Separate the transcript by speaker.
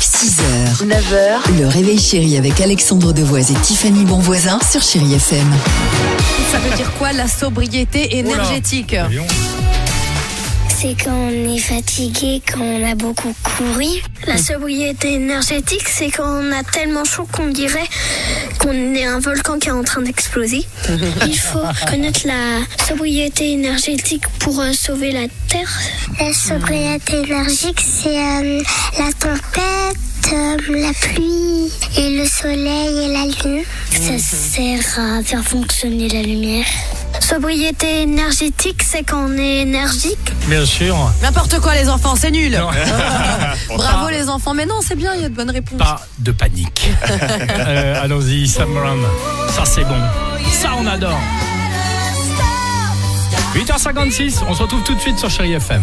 Speaker 1: 6h, 9h, le réveil chéri avec Alexandre Devoise et Tiffany Bonvoisin sur Chéri FM.
Speaker 2: Ça veut dire quoi la sobriété énergétique
Speaker 3: C'est quand on est fatigué, quand on a beaucoup couru. La sobriété énergétique, c'est quand on a tellement chaud qu'on dirait qu'on est un volcan qui est en train d'exploser. Il faut connaître la sobriété énergétique pour euh, sauver la Terre. La sobriété énergétique, c'est euh, la tempête. euh, la pluie et le soleil et la lune. Ça sert à faire fonctionner la lumière. Sobriété énergétique, c'est quand on est énergique.
Speaker 4: Bien sûr.
Speaker 2: N'importe quoi les enfants, c'est nul. Bravo
Speaker 4: Pas-
Speaker 2: les enfants, mais non, c'est bien, il y a de bonnes réponses.
Speaker 4: Pas de panique. Euh, Allons-y, Sam Brown. Ça, c'est bon. Ça, on adore. 8h56, on se retrouve tout de suite sur Chéri FM.